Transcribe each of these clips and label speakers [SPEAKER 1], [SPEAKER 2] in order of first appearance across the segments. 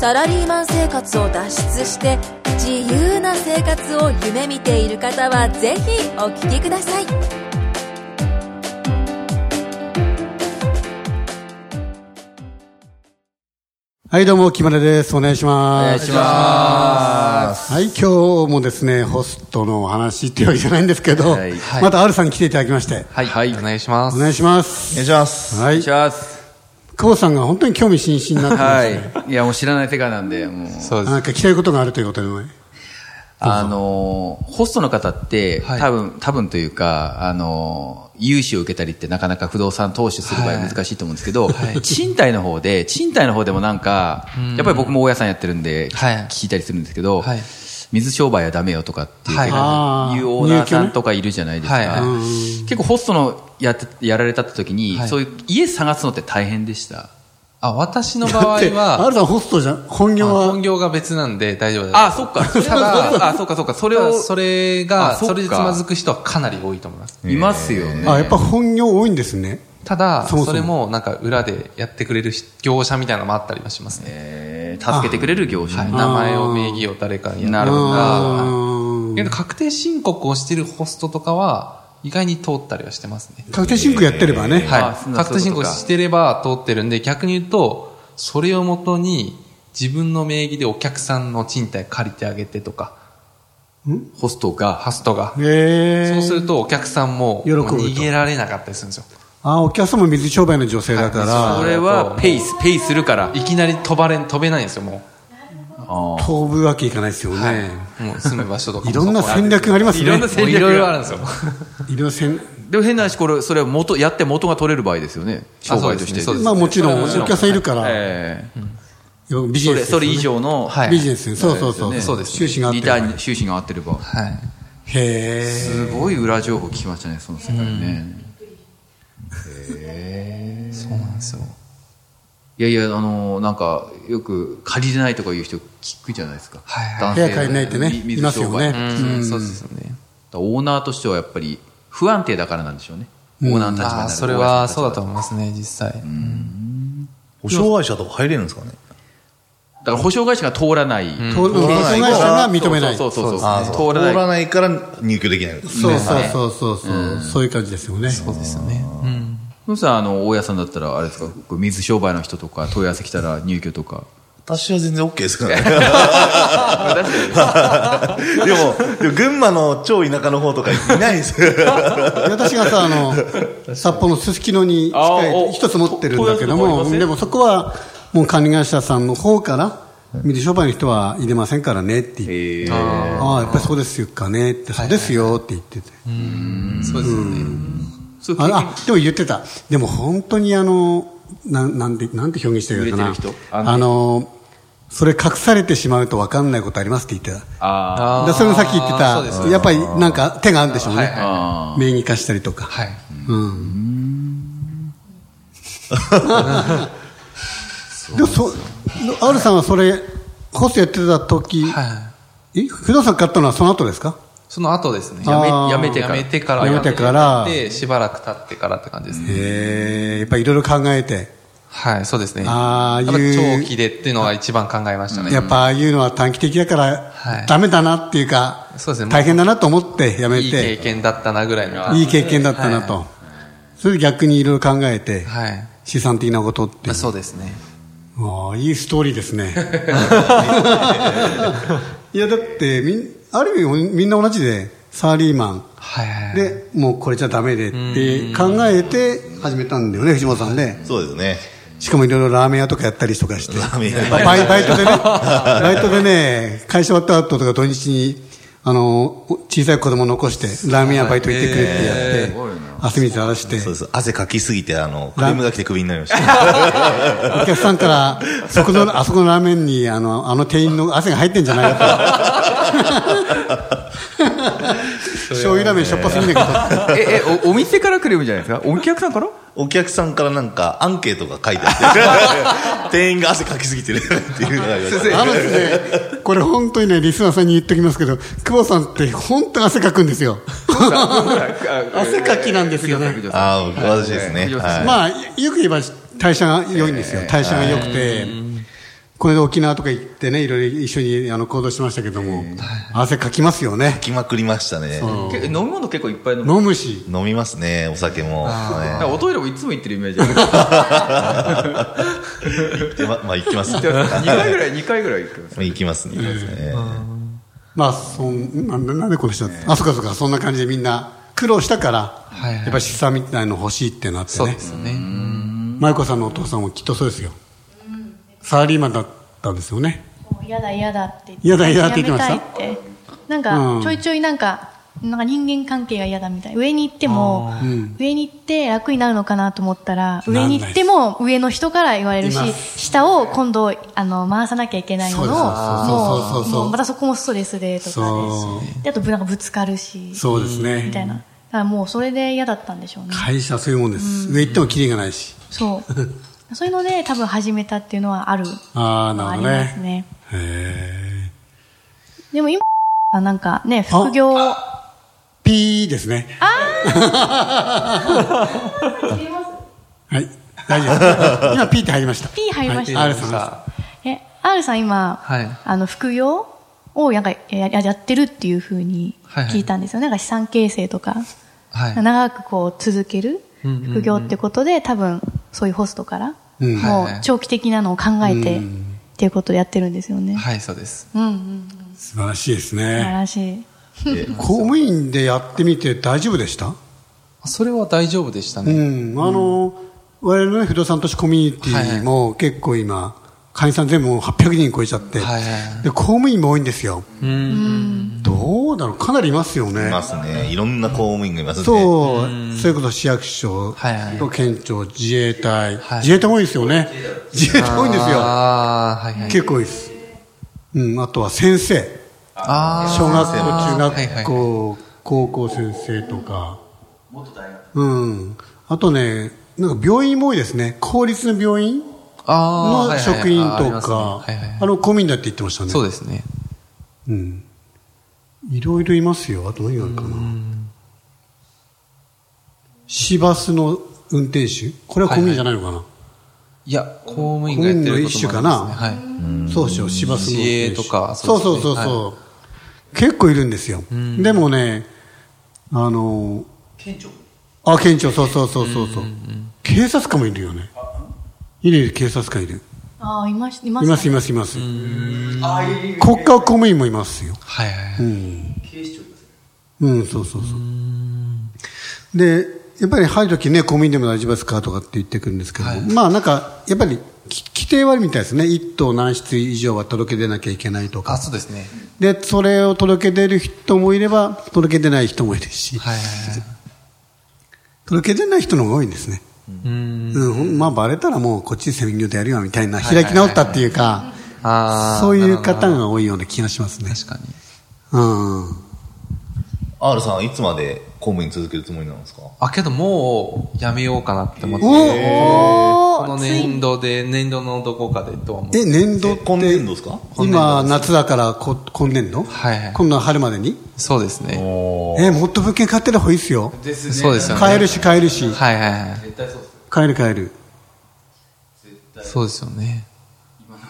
[SPEAKER 1] サラリーマン生活を脱出して自由な生活を夢見ている方はぜひお聞きください
[SPEAKER 2] はい、どうも、木村です。お願いします。お願いします。はい、今日もですね、ホストのお話っていうわけじゃないんですけど、
[SPEAKER 3] はい
[SPEAKER 4] はい
[SPEAKER 2] また R さんに来ていただきまして、
[SPEAKER 4] はい、お願いしま
[SPEAKER 2] お
[SPEAKER 4] す。
[SPEAKER 2] 願いしま
[SPEAKER 3] お
[SPEAKER 2] す。
[SPEAKER 3] 願いします。
[SPEAKER 2] はい、
[SPEAKER 3] し
[SPEAKER 2] 久
[SPEAKER 3] ます。
[SPEAKER 2] 保さんが本当に興味津々になってますね、
[SPEAKER 3] はい。いや、もう知らない世界なんで、もう。
[SPEAKER 4] そうです。
[SPEAKER 2] なんか聞きたいことがあるということでね。
[SPEAKER 3] あのー、ホストの方って、
[SPEAKER 4] はい
[SPEAKER 3] 多分、多分というか、あのー、融資を受けたりってなかなか不動産投資する場合
[SPEAKER 4] はい
[SPEAKER 3] 難しいと思うんですけど、
[SPEAKER 4] はい
[SPEAKER 3] 賃貸の方で、賃貸の方でもなんか、やっぱり僕も大家さんやってるんで、
[SPEAKER 4] はい
[SPEAKER 3] 聞いたりするんですけど、
[SPEAKER 4] はい
[SPEAKER 3] 水商売はダメよとかっていう、
[SPEAKER 4] はい
[SPEAKER 2] あー
[SPEAKER 3] いうオーナーさんとかいるじゃないですか。
[SPEAKER 4] 入居ねはい
[SPEAKER 2] うん
[SPEAKER 3] 結構ホストのやってやられた時に、
[SPEAKER 4] はい
[SPEAKER 3] そういう家探すのって大変でした。
[SPEAKER 4] あ、私の場
[SPEAKER 2] だ
[SPEAKER 4] 合
[SPEAKER 2] って、
[SPEAKER 4] は、
[SPEAKER 2] R さんホストじゃ、本業は
[SPEAKER 4] 本、業が別なんで大丈夫です。
[SPEAKER 3] あ、そっか。それ
[SPEAKER 4] ただ
[SPEAKER 3] あ、そっかそっか。そ
[SPEAKER 4] そ
[SPEAKER 3] れ
[SPEAKER 4] れ
[SPEAKER 3] を、
[SPEAKER 4] それが、
[SPEAKER 3] あそっ
[SPEAKER 4] そ
[SPEAKER 3] か
[SPEAKER 4] れでつまずく人はかなり多いと思います。
[SPEAKER 3] いますよね。
[SPEAKER 2] あ、やっぱ本業多いんですね。
[SPEAKER 4] ただ、
[SPEAKER 2] そ
[SPEAKER 4] そ
[SPEAKER 2] もそも
[SPEAKER 4] れもなんか裏でやってくれるし業者みたいなのもあったりはしますね。
[SPEAKER 3] えー助けてくれる業者
[SPEAKER 4] はい
[SPEAKER 3] ね
[SPEAKER 4] 名前を名義を誰かにや
[SPEAKER 3] な
[SPEAKER 4] っ
[SPEAKER 3] るほど
[SPEAKER 2] う
[SPEAKER 3] な。
[SPEAKER 2] ん
[SPEAKER 4] けど確定申告をしてるホストとかは、意外に通ったりはしてますね。
[SPEAKER 2] 確定申告やってればね、
[SPEAKER 3] えーあそ
[SPEAKER 4] は
[SPEAKER 3] ん
[SPEAKER 4] い。
[SPEAKER 3] な
[SPEAKER 4] 確定申
[SPEAKER 3] そういうこと
[SPEAKER 4] 告
[SPEAKER 3] か
[SPEAKER 4] してれば通ってるんで、逆に言うと、それをもとに、自分の名義でお客さんの賃貸借りてあげてとか、
[SPEAKER 3] ホストが、
[SPEAKER 4] ハストが。
[SPEAKER 2] えー
[SPEAKER 4] そうするとお客さんも
[SPEAKER 2] 喜ぶと
[SPEAKER 4] 逃げられなかったりするんですよ。
[SPEAKER 2] あ、お客様水商売の女性だから、
[SPEAKER 4] は
[SPEAKER 3] それはペイス、ペイするから。
[SPEAKER 4] いきなり飛ばれん、飛べないんですよ、も
[SPEAKER 3] あー
[SPEAKER 2] 飛ぶわけいかないですよね。
[SPEAKER 4] う。もう住む場所とか も
[SPEAKER 2] いろんな
[SPEAKER 4] そこ
[SPEAKER 2] 戦略がありますね。
[SPEAKER 3] いろんな
[SPEAKER 4] もういろいろあるんですよ。
[SPEAKER 2] いろいろ戦
[SPEAKER 3] でも変な話、これ、それは元、やって元が取れる場合ですよね。商売として。
[SPEAKER 4] あそうですねそうです
[SPEAKER 2] まあもちろん、お
[SPEAKER 4] それはもちろん
[SPEAKER 2] 客さんいるから、
[SPEAKER 3] えー
[SPEAKER 2] ビジ
[SPEAKER 3] そ
[SPEAKER 2] ネス
[SPEAKER 3] れ、
[SPEAKER 2] です
[SPEAKER 3] そ
[SPEAKER 2] よね。
[SPEAKER 3] れ以上の、
[SPEAKER 4] はい
[SPEAKER 2] ビジネスですそうそう
[SPEAKER 3] よ
[SPEAKER 2] そう。
[SPEAKER 3] ね
[SPEAKER 4] そうです
[SPEAKER 2] 収支があって
[SPEAKER 3] リ
[SPEAKER 2] る
[SPEAKER 3] タ
[SPEAKER 2] から。
[SPEAKER 3] ーンに、収支が合ってれば。
[SPEAKER 4] はい。
[SPEAKER 2] へえ。
[SPEAKER 3] すごい裏情報聞きましたね、その世界ね。
[SPEAKER 4] そうなんですよ。
[SPEAKER 3] いやいや、あの、なんか、よく借りれないとか言う人聞くじゃないですか。
[SPEAKER 4] はいはい
[SPEAKER 2] 部
[SPEAKER 3] 男性
[SPEAKER 2] 屋
[SPEAKER 3] で
[SPEAKER 2] 借りないってね、
[SPEAKER 3] み
[SPEAKER 2] い
[SPEAKER 3] 水
[SPEAKER 2] ますよ
[SPEAKER 3] 商売
[SPEAKER 2] ね。
[SPEAKER 4] うん、そうですよね。
[SPEAKER 3] だからオーナーとしてはやっぱり不安定だからなんでしょうね。オーナーの立場にな
[SPEAKER 4] あ
[SPEAKER 3] る
[SPEAKER 4] あ、それはそうだと思いますね、実際。
[SPEAKER 5] 保証会社とか入れるんですかね
[SPEAKER 3] だから保証会社が通らない。
[SPEAKER 2] と保証会社が認めない。
[SPEAKER 3] そ
[SPEAKER 2] そう
[SPEAKER 3] うそうそう
[SPEAKER 5] あ
[SPEAKER 3] そ
[SPEAKER 5] ーそう
[SPEAKER 3] う。通らない。
[SPEAKER 5] ないから入居できないです
[SPEAKER 2] そうそうそうそう。そういう感じですよね。
[SPEAKER 4] そうですよね。うん。
[SPEAKER 3] ふんさん、あの、大家さんだったら、あれですか、こう水商売の人とか、問い合わせ来たら入居とか。
[SPEAKER 5] 私は全然 OK ですからねでもでも群馬の超田舎の方とかいないんですよ
[SPEAKER 2] 私がさ、あの、札幌のすすきのに
[SPEAKER 3] あ
[SPEAKER 2] 近
[SPEAKER 3] お
[SPEAKER 2] い、一つ持ってるんだけど
[SPEAKER 3] 問い合
[SPEAKER 2] も、
[SPEAKER 3] わせとかあります
[SPEAKER 2] でもそこは、もう管理会社さんの方から、水商売の人は入れませんからねって言って、
[SPEAKER 3] ええ。
[SPEAKER 2] ああ、やっぱりそうですよかねって、そうですよって言ってて。
[SPEAKER 4] そうですよね。
[SPEAKER 3] そう経験
[SPEAKER 2] ああでも言ってた、でも本当にあのななんてなんて表現してるかな
[SPEAKER 3] 売れてる人
[SPEAKER 2] あの、それ隠されてしまうと分かんないことありますって言ってた、
[SPEAKER 3] あ
[SPEAKER 4] あ
[SPEAKER 2] で
[SPEAKER 4] ー
[SPEAKER 2] それもさっき言って
[SPEAKER 4] そうです
[SPEAKER 2] た、
[SPEAKER 4] ね
[SPEAKER 2] やっぱりなんか手があるんでしょうね、
[SPEAKER 3] あ
[SPEAKER 2] 名義化したりとか、
[SPEAKER 4] はい。
[SPEAKER 2] うん、でもそ、R さんはそれ、ホストやってた時、
[SPEAKER 4] はい。
[SPEAKER 2] え不動産買ったのはその後ですか
[SPEAKER 4] その後ですね。
[SPEAKER 2] あー
[SPEAKER 4] やめやめてから。
[SPEAKER 2] やめてから
[SPEAKER 4] やめてしばらく経ってからって感じですね。
[SPEAKER 2] えー、やっぱりいろいろ考えて、
[SPEAKER 4] はい、そうですね。
[SPEAKER 2] あー
[SPEAKER 4] やっぱ
[SPEAKER 2] いう
[SPEAKER 4] 長期でっていうのが一番考えましたね。
[SPEAKER 2] やっぱああいうのは短期的だから
[SPEAKER 4] はい、
[SPEAKER 2] ダメだなっていうか、
[SPEAKER 4] そうですね
[SPEAKER 2] 大変だなと思ってやめ
[SPEAKER 4] いい経
[SPEAKER 2] て、
[SPEAKER 4] 験だったなぐらいの。
[SPEAKER 2] いい経験だったなと。それで逆にいろいろ考えて、
[SPEAKER 4] はい。はい。
[SPEAKER 2] 資産的なことってい
[SPEAKER 4] まあ
[SPEAKER 2] う。
[SPEAKER 4] そうですね。
[SPEAKER 2] ああいいストーリーです ね。いや、だって、みん、ある意味みんな同じで、サラリーマ
[SPEAKER 4] はいはいは
[SPEAKER 2] ン
[SPEAKER 4] い。
[SPEAKER 2] で、もうこれじゃダメでって考えて始めたんだよね、藤本さんね。
[SPEAKER 5] そうですね
[SPEAKER 2] しかもいろいろラーメン屋とかやったりとかして。
[SPEAKER 5] ラーメン屋
[SPEAKER 2] バイバイバイトでね、 バイトでね、会社終わった後とか土日に、あの、小さい子供残して、ラーメン屋バイト行ってくれってやって、汗水垂らして、
[SPEAKER 5] そうです汗かきすぎてあのクレームが来てクビになりました
[SPEAKER 2] お客さんから、そこの、あそこのラーメンに、あの、あの店員の汗が入ってんじゃないかと。醤油ラーメンしょっぱすぎんだけど。
[SPEAKER 3] え、え、お、お店から来るんじゃないですかお客さんから
[SPEAKER 5] お客さんからなんかアンケートが書いてあって、店員が汗かきすぎてるっていうのが言われて
[SPEAKER 2] あのですね、これ本当にね、リスナーさんに言っときますけど、久保さんって本当に汗かくんですよ。汗かきなんですよね。
[SPEAKER 5] ああ、私ですね。はい
[SPEAKER 2] まあ、よく言えば代謝が良いんですよ。代謝が良くて。これで沖縄とか行ってね、いろいろ一緒にあの行動しましたけども、汗かきますよね。
[SPEAKER 5] きまくりましたね。
[SPEAKER 3] け飲み物結構いっぱい飲む。
[SPEAKER 2] 飲むし。
[SPEAKER 5] 飲みますね、お酒も。
[SPEAKER 3] なん
[SPEAKER 5] は
[SPEAKER 3] かおトイレもいつも行ってるイメージある。
[SPEAKER 5] いでままあ、行きます。
[SPEAKER 3] 2回ぐらい、2回ぐらい行ってます。
[SPEAKER 5] 行きますね。行きますね
[SPEAKER 2] まあ、そんなんでなんでこの人、あ、そっかそっか、そんな感じでみんな苦労したから、
[SPEAKER 4] はいはい
[SPEAKER 2] やっぱり資産みたいの欲しいってなって
[SPEAKER 4] そう
[SPEAKER 2] ね
[SPEAKER 4] で。すよね。
[SPEAKER 2] 舞子さんのお父さんもきっとそうですよ。サラリーマンだったんですよね。
[SPEAKER 6] もう嫌だ嫌だって言って
[SPEAKER 2] 嫌だ嫌だって言ってました
[SPEAKER 6] やめたいってなんか、
[SPEAKER 2] うん
[SPEAKER 6] ちょいちょいなんかなんか人間関係が嫌だみたい上に行っても、上に行って楽になるのかなと思ったら上に行っても上の人から言われるし
[SPEAKER 2] いま
[SPEAKER 6] 下を今度あの回さなきゃいけないのを
[SPEAKER 2] そう
[SPEAKER 6] も
[SPEAKER 2] ですそうそうそうそう
[SPEAKER 6] う
[SPEAKER 2] そう
[SPEAKER 6] もうまたそこもストレスでと
[SPEAKER 2] そ
[SPEAKER 6] かですしであとぶなんかぶつかるし
[SPEAKER 2] そうですね
[SPEAKER 6] みたいなだからもうそれで嫌だったんでしょうね
[SPEAKER 2] 会社はそういうもんです。上行ってもキリがないし。
[SPEAKER 6] そう。そういうので多分始めたっていうのはある。
[SPEAKER 2] ああ、な
[SPEAKER 6] あ
[SPEAKER 2] る
[SPEAKER 6] り
[SPEAKER 2] ほど
[SPEAKER 6] ます
[SPEAKER 2] ね。
[SPEAKER 6] ね。
[SPEAKER 2] へー
[SPEAKER 6] でも今、なんかね、副業。あ
[SPEAKER 2] ピーですね。 はい。大丈夫です。今ピーって入りました。
[SPEAKER 6] P 入りました。
[SPEAKER 2] はい R さんが
[SPEAKER 6] え、R さん今、
[SPEAKER 4] はい
[SPEAKER 6] あの、副業をなんかやややってるっていうふうに
[SPEAKER 4] はいはい
[SPEAKER 6] 聞いたんですよね。なんか資産形成とか、
[SPEAKER 4] はい。
[SPEAKER 6] 長くこう続ける
[SPEAKER 4] うんうんうん
[SPEAKER 6] 副業ってことで、多分そういうホストから、
[SPEAKER 2] うん
[SPEAKER 6] も
[SPEAKER 4] はいはいう
[SPEAKER 6] 長期的なのを考えて、っていうことでやってるんですよね。
[SPEAKER 4] はい、そうです。
[SPEAKER 6] うんうん。
[SPEAKER 2] 素晴らしいです
[SPEAKER 6] 素晴
[SPEAKER 2] ね。
[SPEAKER 6] らしい。
[SPEAKER 2] 公務員でやってみて大丈夫でした
[SPEAKER 4] それは大丈夫でした
[SPEAKER 2] う
[SPEAKER 4] ね。
[SPEAKER 2] ん。あの、我々の不動産都市コミュニティも結構今、会員さん全部もう800人超えちゃって、
[SPEAKER 4] はいはい
[SPEAKER 2] で、公務員も多いんですよ。どうだろうかなりいますよね。
[SPEAKER 5] いますね。いろんな公務員がいますね。
[SPEAKER 2] そう、それこそ市役所
[SPEAKER 4] はいはい
[SPEAKER 2] と県庁、自衛隊、
[SPEAKER 4] はい
[SPEAKER 2] 自衛隊も多いですよね。自衛隊多いんですよ。
[SPEAKER 4] ああ、はいはい。
[SPEAKER 2] 結構多いです。うん、あとは先生。
[SPEAKER 4] あー
[SPEAKER 2] 小学校、
[SPEAKER 4] あー
[SPEAKER 2] 中
[SPEAKER 4] はいは
[SPEAKER 2] 学
[SPEAKER 4] い
[SPEAKER 2] 校、高校先生とか。うん。あとね、なんか病院も多いですね。公立の病院
[SPEAKER 4] あー
[SPEAKER 2] の
[SPEAKER 4] はいはいはい
[SPEAKER 2] 職員
[SPEAKER 4] あーあり
[SPEAKER 2] と
[SPEAKER 4] ます
[SPEAKER 2] か
[SPEAKER 4] ねはいはい、
[SPEAKER 2] あの、公務員だって言ってましたね。
[SPEAKER 4] そうですね。
[SPEAKER 2] うん。いろいろいますよ。あと何があるかな。市バスの運転手。これはコミュじゃないのかな。
[SPEAKER 4] いや、公務員がやってることもありますね。
[SPEAKER 2] 公務
[SPEAKER 4] はい。
[SPEAKER 2] そうでしょう、市バスの運転手。
[SPEAKER 4] 市営とか
[SPEAKER 2] そ
[SPEAKER 4] そううです
[SPEAKER 2] そ
[SPEAKER 4] ね
[SPEAKER 2] うそうそう、結構いるんですよ。でもね、あの、県庁あ、県庁、そうそうそうそうそう、警察官もいるよね。いるいる、警察官いる。
[SPEAKER 6] ああ、いまし、いま
[SPEAKER 2] い
[SPEAKER 6] すね
[SPEAKER 2] ます、います、います。国家公務員もいますよ。
[SPEAKER 4] はいはいはい。
[SPEAKER 2] うん、そうそうそう。で、やっぱり入るときね、公務員でも大丈夫ですかとかって言ってくるんですけど、まあなんか、やっぱり、き規定はあるみたいですね。一棟何室以上は届け出なきゃいけないとか。
[SPEAKER 4] あ、そうですね。
[SPEAKER 2] で、それを届け出る人もいれば、届け出ない人もいるし、
[SPEAKER 4] はいはいはい。
[SPEAKER 2] 届け出ない人の方が多いんですね。
[SPEAKER 4] うん。
[SPEAKER 2] うん、ほんまあ、バレたらもうこっち専業でやるよみたいな、開き直ったっていうか、
[SPEAKER 4] ああ。
[SPEAKER 2] そういう
[SPEAKER 4] なるほ
[SPEAKER 2] 方が多いような気がしますね
[SPEAKER 4] ど。確かに。
[SPEAKER 2] うん。
[SPEAKER 5] R さん、いつまで公務員続けるつもりなんですか
[SPEAKER 4] あ、けどもう、やめようかなって思って。
[SPEAKER 6] お
[SPEAKER 4] この年度で、年度のどこかでとは思って。
[SPEAKER 2] え、年度っ
[SPEAKER 5] え
[SPEAKER 2] て、
[SPEAKER 5] 今年度ですか
[SPEAKER 2] 今、夏だからこ、今年度
[SPEAKER 4] はいはい
[SPEAKER 2] 今度の春までに
[SPEAKER 4] そうですね。
[SPEAKER 2] え、もっと物件買ってた方がいいですよ。
[SPEAKER 4] そうですよね。
[SPEAKER 2] 買えるし、買えるし、
[SPEAKER 4] はいはいはい。
[SPEAKER 2] 買える、買える。
[SPEAKER 4] そうですよね。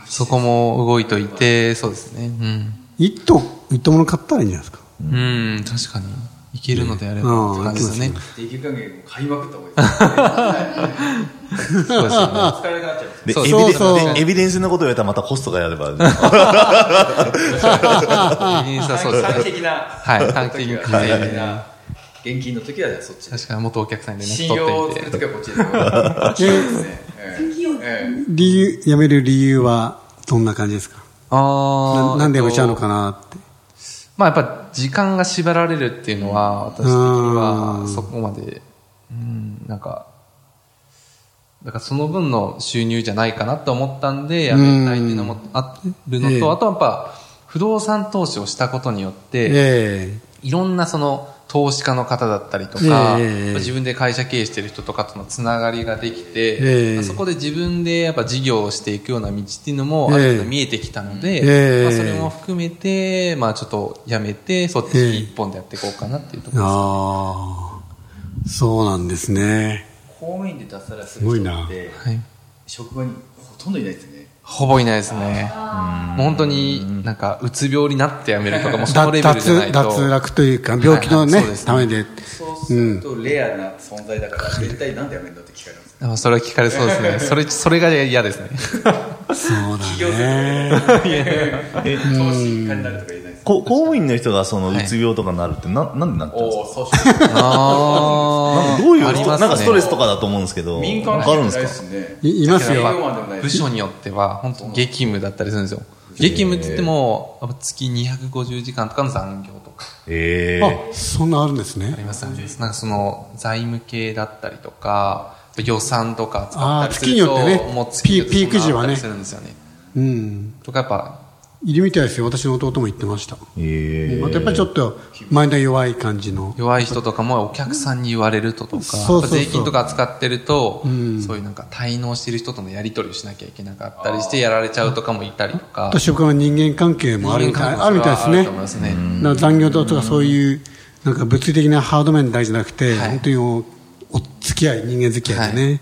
[SPEAKER 4] そこも動いといて、そうですね。うん。
[SPEAKER 2] 一棟、一棟物買ったらいいんじゃないですか。
[SPEAKER 4] うん、確かに。いけるのであれ
[SPEAKER 2] うん
[SPEAKER 4] ばって感じですね。
[SPEAKER 3] できる限り買いまくった方が
[SPEAKER 4] そうですよね。
[SPEAKER 3] いい。なっちゃい
[SPEAKER 5] でエ
[SPEAKER 4] そう
[SPEAKER 5] ビデン
[SPEAKER 2] そうそう
[SPEAKER 5] でエビデンスのことを言われたらまたホストがやれば、
[SPEAKER 4] エビデンスはそうですね。
[SPEAKER 3] 的な。
[SPEAKER 4] はい短期的な
[SPEAKER 3] 短期的な。現金の時はそっち。
[SPEAKER 4] 確かに元お客さんでね、
[SPEAKER 3] 信用
[SPEAKER 4] 撮
[SPEAKER 3] を
[SPEAKER 4] っ
[SPEAKER 3] 作
[SPEAKER 4] て
[SPEAKER 3] る
[SPEAKER 4] み
[SPEAKER 3] と
[SPEAKER 4] て。
[SPEAKER 3] きはこっちですね。 ええ
[SPEAKER 2] 理由、辞める理由は、どんな感じですか
[SPEAKER 4] あ
[SPEAKER 2] な
[SPEAKER 4] ー
[SPEAKER 2] なんでやめちゃうのかなって。
[SPEAKER 4] まあやっぱ時間が縛られるっていうのは、私的に
[SPEAKER 2] う
[SPEAKER 4] は
[SPEAKER 2] ん
[SPEAKER 4] そこまで、うん、なんか、だからその分の収入じゃないかなと思ったんで、やめたいっていうのもあるの
[SPEAKER 2] ええ
[SPEAKER 4] と、あとはやっぱ、不動産投資をしたことによって、
[SPEAKER 2] え
[SPEAKER 4] いろんなその、投資家の方だったりとか、
[SPEAKER 2] ええええ
[SPEAKER 4] 自分で会社経営してる人とかとのつながりができて、
[SPEAKER 2] ええ
[SPEAKER 4] そこで自分でやっぱ事業をしていくような道っていうのもある程度
[SPEAKER 2] ええ
[SPEAKER 4] 見えてきたの
[SPEAKER 2] え
[SPEAKER 4] で、
[SPEAKER 2] え
[SPEAKER 4] まあ、それも含めて、まあ、ちょっとやめてそっち一本でやっていこうかなっていうところで
[SPEAKER 2] あ
[SPEAKER 4] す。
[SPEAKER 2] あ、そうなんですね。
[SPEAKER 5] 公務員で脱サラす
[SPEAKER 2] る人ってすごい
[SPEAKER 4] はい
[SPEAKER 5] 職場にほとんどいないですね
[SPEAKER 4] ほぼいないですね。もう本当になんか、うつ病になってやめるとか、もうその
[SPEAKER 2] 脱
[SPEAKER 4] レベルじゃない
[SPEAKER 2] 脱
[SPEAKER 4] と。
[SPEAKER 2] 脱落というか、病気のね、
[SPEAKER 4] はいはいそうですね
[SPEAKER 2] ためで。
[SPEAKER 5] そうするとレアな存在だから絶対なんで辞めるのって聞かれま
[SPEAKER 4] あ
[SPEAKER 5] す
[SPEAKER 4] それは聞かれそうですね。それ、それが嫌で すね。
[SPEAKER 2] そうだね。
[SPEAKER 5] え
[SPEAKER 2] う
[SPEAKER 5] 投資
[SPEAKER 2] ん
[SPEAKER 5] 家になるとか言えないです公務員の人がそのうつ病とかなるってななんでなっちゃうんですか
[SPEAKER 4] あ
[SPEAKER 5] なん
[SPEAKER 4] あ。
[SPEAKER 5] かどういう
[SPEAKER 4] ありますね
[SPEAKER 5] なんかストレスとかだと思うんですけど
[SPEAKER 7] 民間
[SPEAKER 5] わかるん
[SPEAKER 7] 人じゃ
[SPEAKER 5] で
[SPEAKER 7] ないですす
[SPEAKER 5] か
[SPEAKER 7] ね。
[SPEAKER 2] いいます
[SPEAKER 4] やっ
[SPEAKER 2] よ。
[SPEAKER 4] ぱ部署によっては、本当激務だったりするんですよ。激務って言っても、やっぱ月250時間とかの残業とか
[SPEAKER 5] ええ
[SPEAKER 2] あ、そんなあるんです
[SPEAKER 4] あ
[SPEAKER 2] ね。
[SPEAKER 4] りますね。なんかその、財務系だったりとか、予算とか使った
[SPEAKER 2] あー
[SPEAKER 4] りすると、
[SPEAKER 2] 月によってね
[SPEAKER 4] もう月によって
[SPEAKER 2] ピーピーク時はね
[SPEAKER 4] そんなあったりするんですよね。
[SPEAKER 2] うん。
[SPEAKER 4] とかやっぱ、
[SPEAKER 2] いるみたいですよ。私の弟も言ってました。
[SPEAKER 5] ええ
[SPEAKER 2] またやっぱりちょっと、マインド弱い感じの。
[SPEAKER 4] 弱い人とかもお客さんに言われるととか、
[SPEAKER 2] そうそうそう
[SPEAKER 4] やっぱ税金とか扱ってると、
[SPEAKER 2] ん
[SPEAKER 4] そういうなんか滞納してる人とのやり取りをしなきゃいけなかったりしてやられちゃうとかもいたりとか、
[SPEAKER 2] 私他の人間関係もあるみたいあるみたいです
[SPEAKER 4] ある
[SPEAKER 2] ね
[SPEAKER 4] と。思いますね。
[SPEAKER 2] なんか残業とかそういう、なんか物理的なハード面大事じゃなくて、
[SPEAKER 4] はい
[SPEAKER 2] 本当におお付き合い、人間付き合いでね、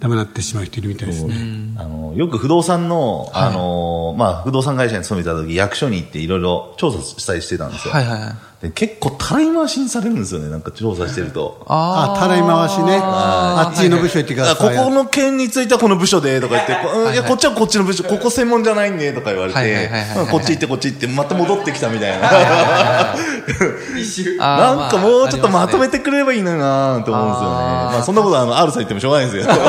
[SPEAKER 2] ダメになってしまう人いるみたいですね。
[SPEAKER 5] あのよく不動産の、あのまあ、不動産会社に勤めてた時役所に行っていろいろ調査したりしてたんですよ、
[SPEAKER 4] はいはいはい。
[SPEAKER 5] で結構たらい回しにされるんですよねなんか調査してると
[SPEAKER 2] あ
[SPEAKER 4] あー
[SPEAKER 2] たらい回しね。あっちの部署行ってくだ
[SPEAKER 5] あこ
[SPEAKER 2] さい。
[SPEAKER 5] この件についてはこの部署でとか言って、こうんいや、こっちはこっちの部署、ここ専門じゃないんでとか言われ
[SPEAKER 4] はいはい
[SPEAKER 5] て
[SPEAKER 4] はいはいはい、
[SPEAKER 5] こっち行ってこっち行って、また戻ってきたみたいな。
[SPEAKER 4] あー
[SPEAKER 5] なんかもうちょっとまとめ
[SPEAKER 4] あ
[SPEAKER 5] てくれればいいのになと思うんですよね。
[SPEAKER 4] あー
[SPEAKER 5] まあそんなことあの、あるさん言ってもしょうがないんですけど。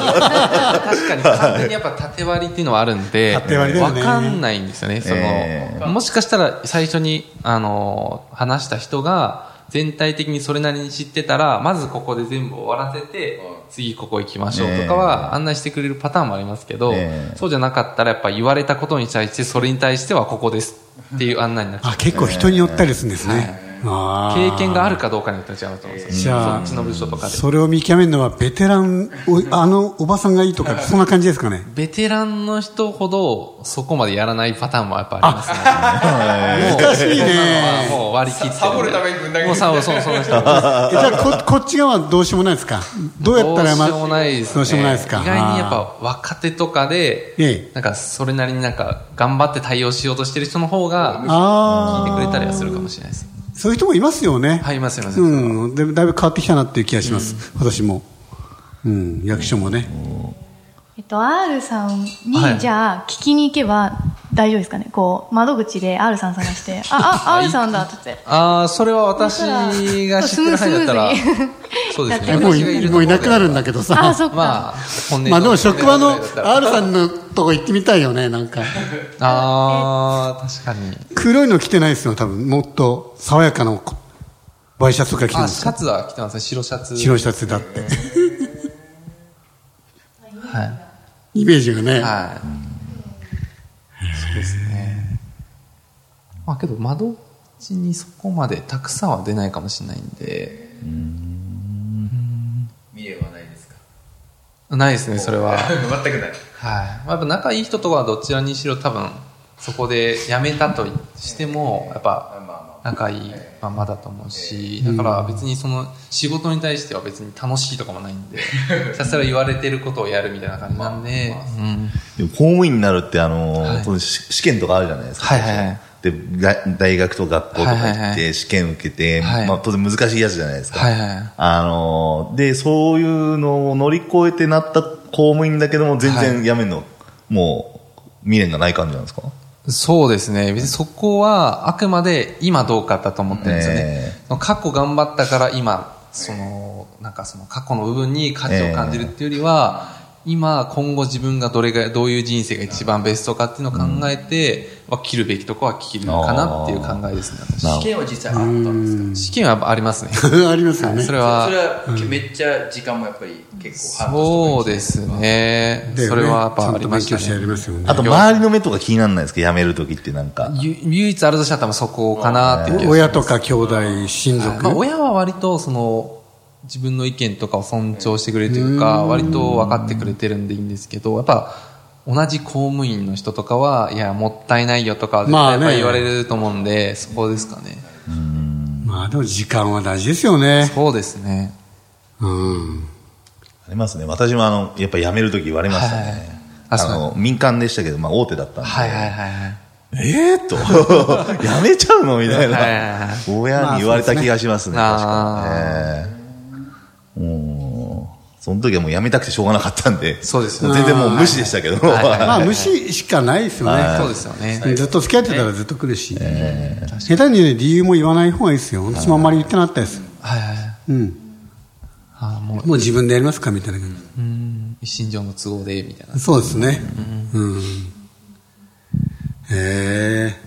[SPEAKER 4] りますね 確かに完全にやっぱ縦割りっていうのはあるんで、
[SPEAKER 2] 縦割りだよ
[SPEAKER 4] わ
[SPEAKER 2] ね
[SPEAKER 4] かんないんですよね。その、
[SPEAKER 5] え
[SPEAKER 4] もしかしたら最初に、あの、話した人が、全体的にそれなりに知ってたら、まずここで全部終わらせて、次ここ行きましょうとかは案内してくれるパターンもありますけど、
[SPEAKER 5] ええ
[SPEAKER 4] そうじゃなかったらやっぱ言われたことに対して、それに対してはここですっていう案内になっちゃう
[SPEAKER 2] あ、。結構人によったりするんですね。あー
[SPEAKER 4] 経験があるかどうかによって違うと思うんです
[SPEAKER 2] じ
[SPEAKER 4] よ。
[SPEAKER 2] ゃ
[SPEAKER 4] そ
[SPEAKER 2] あ
[SPEAKER 4] っちの部署とかで。
[SPEAKER 2] それを見極めるのはベテラン、おあのおばさんがいいとか、そんな感じですかね。
[SPEAKER 4] ベテランの人ほどそこまでやらないパターンもやっぱありますね。
[SPEAKER 2] 難しい
[SPEAKER 4] まあ
[SPEAKER 2] ね。
[SPEAKER 4] もう割り切ってるんで。
[SPEAKER 7] サボるためにぶん投げる
[SPEAKER 4] もうサボる、そう、その人。ど
[SPEAKER 2] えじゃあこ、こっち側はどうしようもないですかどうやったら
[SPEAKER 4] ど
[SPEAKER 2] ま
[SPEAKER 4] うしようもないですね。
[SPEAKER 2] どうしようもないですか
[SPEAKER 4] 意外にやっぱ若手とか
[SPEAKER 2] え
[SPEAKER 4] で
[SPEAKER 2] え、
[SPEAKER 4] なんかそれなりになんか頑張って対応しようとしてる人の方が、聞い
[SPEAKER 2] あ
[SPEAKER 4] て
[SPEAKER 2] ー
[SPEAKER 4] くれたりはするかもしれないです。
[SPEAKER 2] そういう人もいますよね。
[SPEAKER 4] はい、いますいます。
[SPEAKER 2] うん、でだいぶ変わってきたなっていう気がします、私も、うん、役所もね、
[SPEAKER 6] えっと、R さんに、
[SPEAKER 4] はい
[SPEAKER 6] じゃあ、聞きに行けば大丈夫ですかねこう、窓口で R さん探して、あ、あ、R さんだって言って。
[SPEAKER 4] ああ、それは私が知ってる範囲だったら
[SPEAKER 6] スムーズに、
[SPEAKER 4] そうですね。
[SPEAKER 6] や
[SPEAKER 2] もう
[SPEAKER 4] 私が
[SPEAKER 2] い
[SPEAKER 4] るところで
[SPEAKER 2] もういなくなるんだけどさ、
[SPEAKER 6] あ、そっか。
[SPEAKER 4] まあ、本音
[SPEAKER 2] まあでも職場の
[SPEAKER 4] 本音だったら
[SPEAKER 2] R さんのとこ行ってみたいよね、なんか、
[SPEAKER 4] ああ、確かに。
[SPEAKER 2] 黒いの着てないですよ、多分もっと爽やかなこワイシャツとか着てるん
[SPEAKER 4] あ、
[SPEAKER 2] で
[SPEAKER 4] シ
[SPEAKER 2] す
[SPEAKER 4] ャ
[SPEAKER 2] よ、
[SPEAKER 4] ツは着てますね。白シャツ。
[SPEAKER 2] 白シャツだって、
[SPEAKER 4] はい。
[SPEAKER 2] イメージがね、
[SPEAKER 4] はい。そうですね。まあけど窓口にそこまでたくさんは出ないかもしれないんで。
[SPEAKER 7] 見えはないですか
[SPEAKER 4] ないですね、それは。はい。
[SPEAKER 7] 全くない。
[SPEAKER 4] まあ、やっぱ仲いい人とはどちらにしろ多分、そこで辞めたとしても、やっ
[SPEAKER 7] まあ
[SPEAKER 4] ぱ
[SPEAKER 7] ま
[SPEAKER 4] 仲いいまんまだと思うし、だから別にその仕事に対しては別に楽しいとかもない んで、ひたすら言われてることをやるみたいな感じなんで、うん。
[SPEAKER 5] でも公務員になるって、あの、
[SPEAKER 4] はい
[SPEAKER 5] そのし試験とかあるじゃないですか。
[SPEAKER 4] はいはいはい
[SPEAKER 5] で大大学と学校とか
[SPEAKER 4] はい
[SPEAKER 5] 行
[SPEAKER 4] は
[SPEAKER 5] っ
[SPEAKER 4] いは
[SPEAKER 5] て試験受けて、
[SPEAKER 4] はい
[SPEAKER 5] まあ、当然難しいやつじゃないですか、
[SPEAKER 4] はいはい
[SPEAKER 5] あのでそういうのを乗り越えてなった公務員だけども全然辞めるの、もう未練がない感じなんですか
[SPEAKER 4] そうですね。別にそこはあくまで今どうかだと思ってるんですよね
[SPEAKER 5] え。
[SPEAKER 4] 過去頑張ったから今、その、なんかその過去の部分に価値を感じるっていうよりは、今、今後自分がどれが、どういう人生が一番ベストかっていうのを考えて、まあ切るべきとこは切るかなっていう考えですね。
[SPEAKER 5] な
[SPEAKER 3] 試
[SPEAKER 5] るほ
[SPEAKER 3] 験は実際あったんですか
[SPEAKER 4] 資金はやっぱありますね。
[SPEAKER 2] ありますよね。
[SPEAKER 4] それ
[SPEAKER 3] それ
[SPEAKER 4] は、
[SPEAKER 3] はめっちゃ時間もやっぱり結構半
[SPEAKER 4] そう
[SPEAKER 3] 年
[SPEAKER 4] ですね。
[SPEAKER 2] だよね
[SPEAKER 4] それはやっぱありまし
[SPEAKER 2] ちゃんと勉強してや
[SPEAKER 4] た
[SPEAKER 2] り
[SPEAKER 4] ね。
[SPEAKER 2] ますよね。
[SPEAKER 5] あと、周りの目とか気にならないですか辞めるときってなんか。
[SPEAKER 4] ゆ唯一あるとしたら多分そこかなっていう気がします
[SPEAKER 2] 親とか兄弟、親族。
[SPEAKER 4] まあ、親は割とその自分の意見とかを尊重してくれるというか割と分かってくれてるんでいいんですけどやっぱ同じ公務員の人とかはいやもったいないよとか絶対
[SPEAKER 2] まあ
[SPEAKER 4] やっ
[SPEAKER 2] ね
[SPEAKER 4] ぱ言われると思うんで、そこですかね
[SPEAKER 2] まあでも時間は大事ですよね。
[SPEAKER 4] そうですね
[SPEAKER 2] うん。
[SPEAKER 5] ありますね。私もあの、やっぱ辞めるとき言われましたね。
[SPEAKER 4] はいあ
[SPEAKER 5] あ
[SPEAKER 4] そう
[SPEAKER 5] の、民間でしたけど、まあ大手だったんで。
[SPEAKER 4] はいはいはいはい
[SPEAKER 5] えーっと、 辞めちゃうのみたい
[SPEAKER 4] はいはいはい
[SPEAKER 5] な。親に言われた気がしますね、
[SPEAKER 4] まあ
[SPEAKER 5] 確
[SPEAKER 4] そうですね
[SPEAKER 5] かに。ええもう、その時はもう辞めたくてしょうがなかったんで。
[SPEAKER 4] そうですよ
[SPEAKER 5] もう
[SPEAKER 4] ね
[SPEAKER 5] 全然もう無視でしたけ ど。
[SPEAKER 2] まあ
[SPEAKER 5] は
[SPEAKER 2] 無視しかないですよね。
[SPEAKER 4] そうですよね、
[SPEAKER 2] ずっと付き合ってたらずっと来るし。下手にね理由も言わない方がいいですよ。私もあんまり言ってなかったです。
[SPEAKER 4] はいはいはい
[SPEAKER 2] うん。
[SPEAKER 4] あも
[SPEAKER 2] もう自分でやりますかみたいな感
[SPEAKER 4] ううん一身上の都合でみたいな
[SPEAKER 2] じ。そうですね。うん。へえ。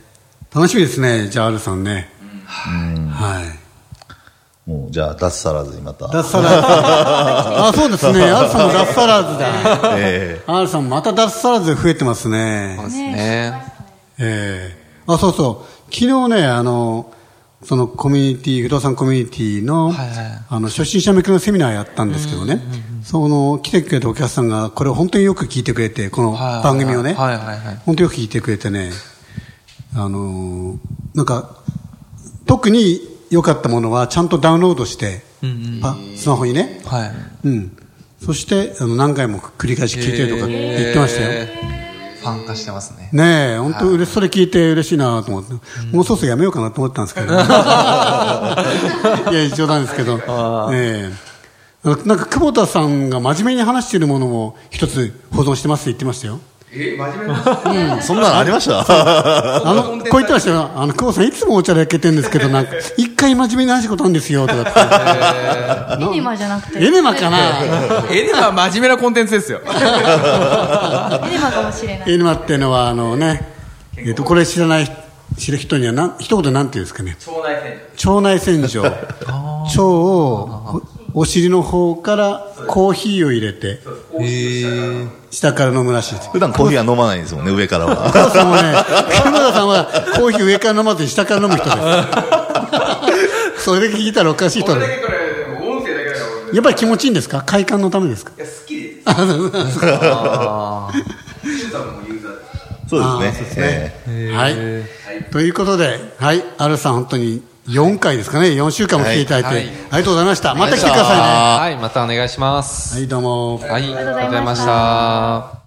[SPEAKER 2] 楽しみですね。じゃあ、アルさんね。はい。
[SPEAKER 5] いもう、じゃあ、脱サラずにまた。
[SPEAKER 2] 脱サラーズ。 あ、そうですね。アルさんも脱サラーズだ。
[SPEAKER 5] え
[SPEAKER 2] アルさんまた脱サラーズ増えてますね。
[SPEAKER 4] そうですね
[SPEAKER 2] ええあ、そうそう。昨日ね、あの、そのコミュニティ、不動産コミュニティの、
[SPEAKER 4] はいはい
[SPEAKER 2] あの、初心者向けのセミナーやったんですけどね、その、来てくれたお客さんが、これを本当によく聞いてくれて、この
[SPEAKER 4] はいはいはい
[SPEAKER 2] 番組をね、
[SPEAKER 4] はいはいはい
[SPEAKER 2] 本当によく聞いてくれてね、あのー、なんか、特に良かったものは、ちゃんとダウンロードして、パスマホにね、
[SPEAKER 4] はい
[SPEAKER 2] うん。そして、あの、何回も繰り返し聞いてるとかって言ってましたよ。
[SPEAKER 4] えーファン化してますね
[SPEAKER 2] ねえ、本当嬉しそれ聞いて嬉しいなと思って、もうそろそろやめようかなと思ったんですけど。いや、冗談ですけど。ねえあのなんか、久保田さんが真面目に話しているものを一つ保存してますって言ってましたよ。
[SPEAKER 5] えそんなのありました
[SPEAKER 2] あの、こう言ってましたよ。あの、久保さんいつもお茶で焼けてるんですけど、なんか、一回真面目に話したことあるんですよ、とかって
[SPEAKER 6] エネマじゃなくて。
[SPEAKER 2] エネマかな
[SPEAKER 7] エネは真面目なコンテンツですよ。
[SPEAKER 6] エネマかもしれない。
[SPEAKER 2] エネマっていうのは、あのね、えっと、これ知らない、知る人にはなん、一言なんて言うんですかね。
[SPEAKER 3] とか。腸内洗浄。
[SPEAKER 2] 腸内洗浄腸をおお尻の方からコーヒーを入れて下から飲むらしいです
[SPEAKER 5] 普段コーヒーは飲まないんですもんね、上から
[SPEAKER 2] 久
[SPEAKER 5] は。
[SPEAKER 2] 保田さんはね久保田さんはコーヒー上から飲まずに下から飲む人です それだけ聞いたらおかしいと思う
[SPEAKER 7] これ、音声だけだから
[SPEAKER 2] やっぱり気持ちいいんですか快感のためですか
[SPEAKER 5] そうですね。ええ
[SPEAKER 2] はいということではいアルさん本当に4回ですかね4週間も来ていただいて、
[SPEAKER 4] はい
[SPEAKER 2] ありがとうございましたまた来てくださ
[SPEAKER 4] はいまたお願いします
[SPEAKER 2] いねはいどうも
[SPEAKER 4] はい、ありがとうございまし。
[SPEAKER 6] ありがとうございました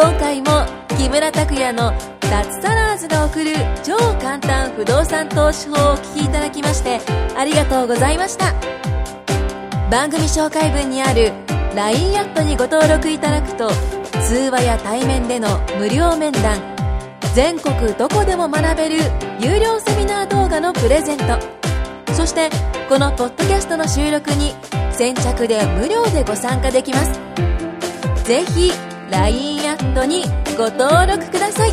[SPEAKER 1] 今回も木村拓哉の脱サラーズが送る超簡単不動産投資法をお聞きいただきましてありがとうございました番組紹介文にある LINE アットにご登録いただくと通話や対面での無料面談全国どこでも学べる有料セミナー動画のプレゼントそしてこのポッドキャストの収録に先着で無料でご参加できますぜひ LINE アットにご登録ください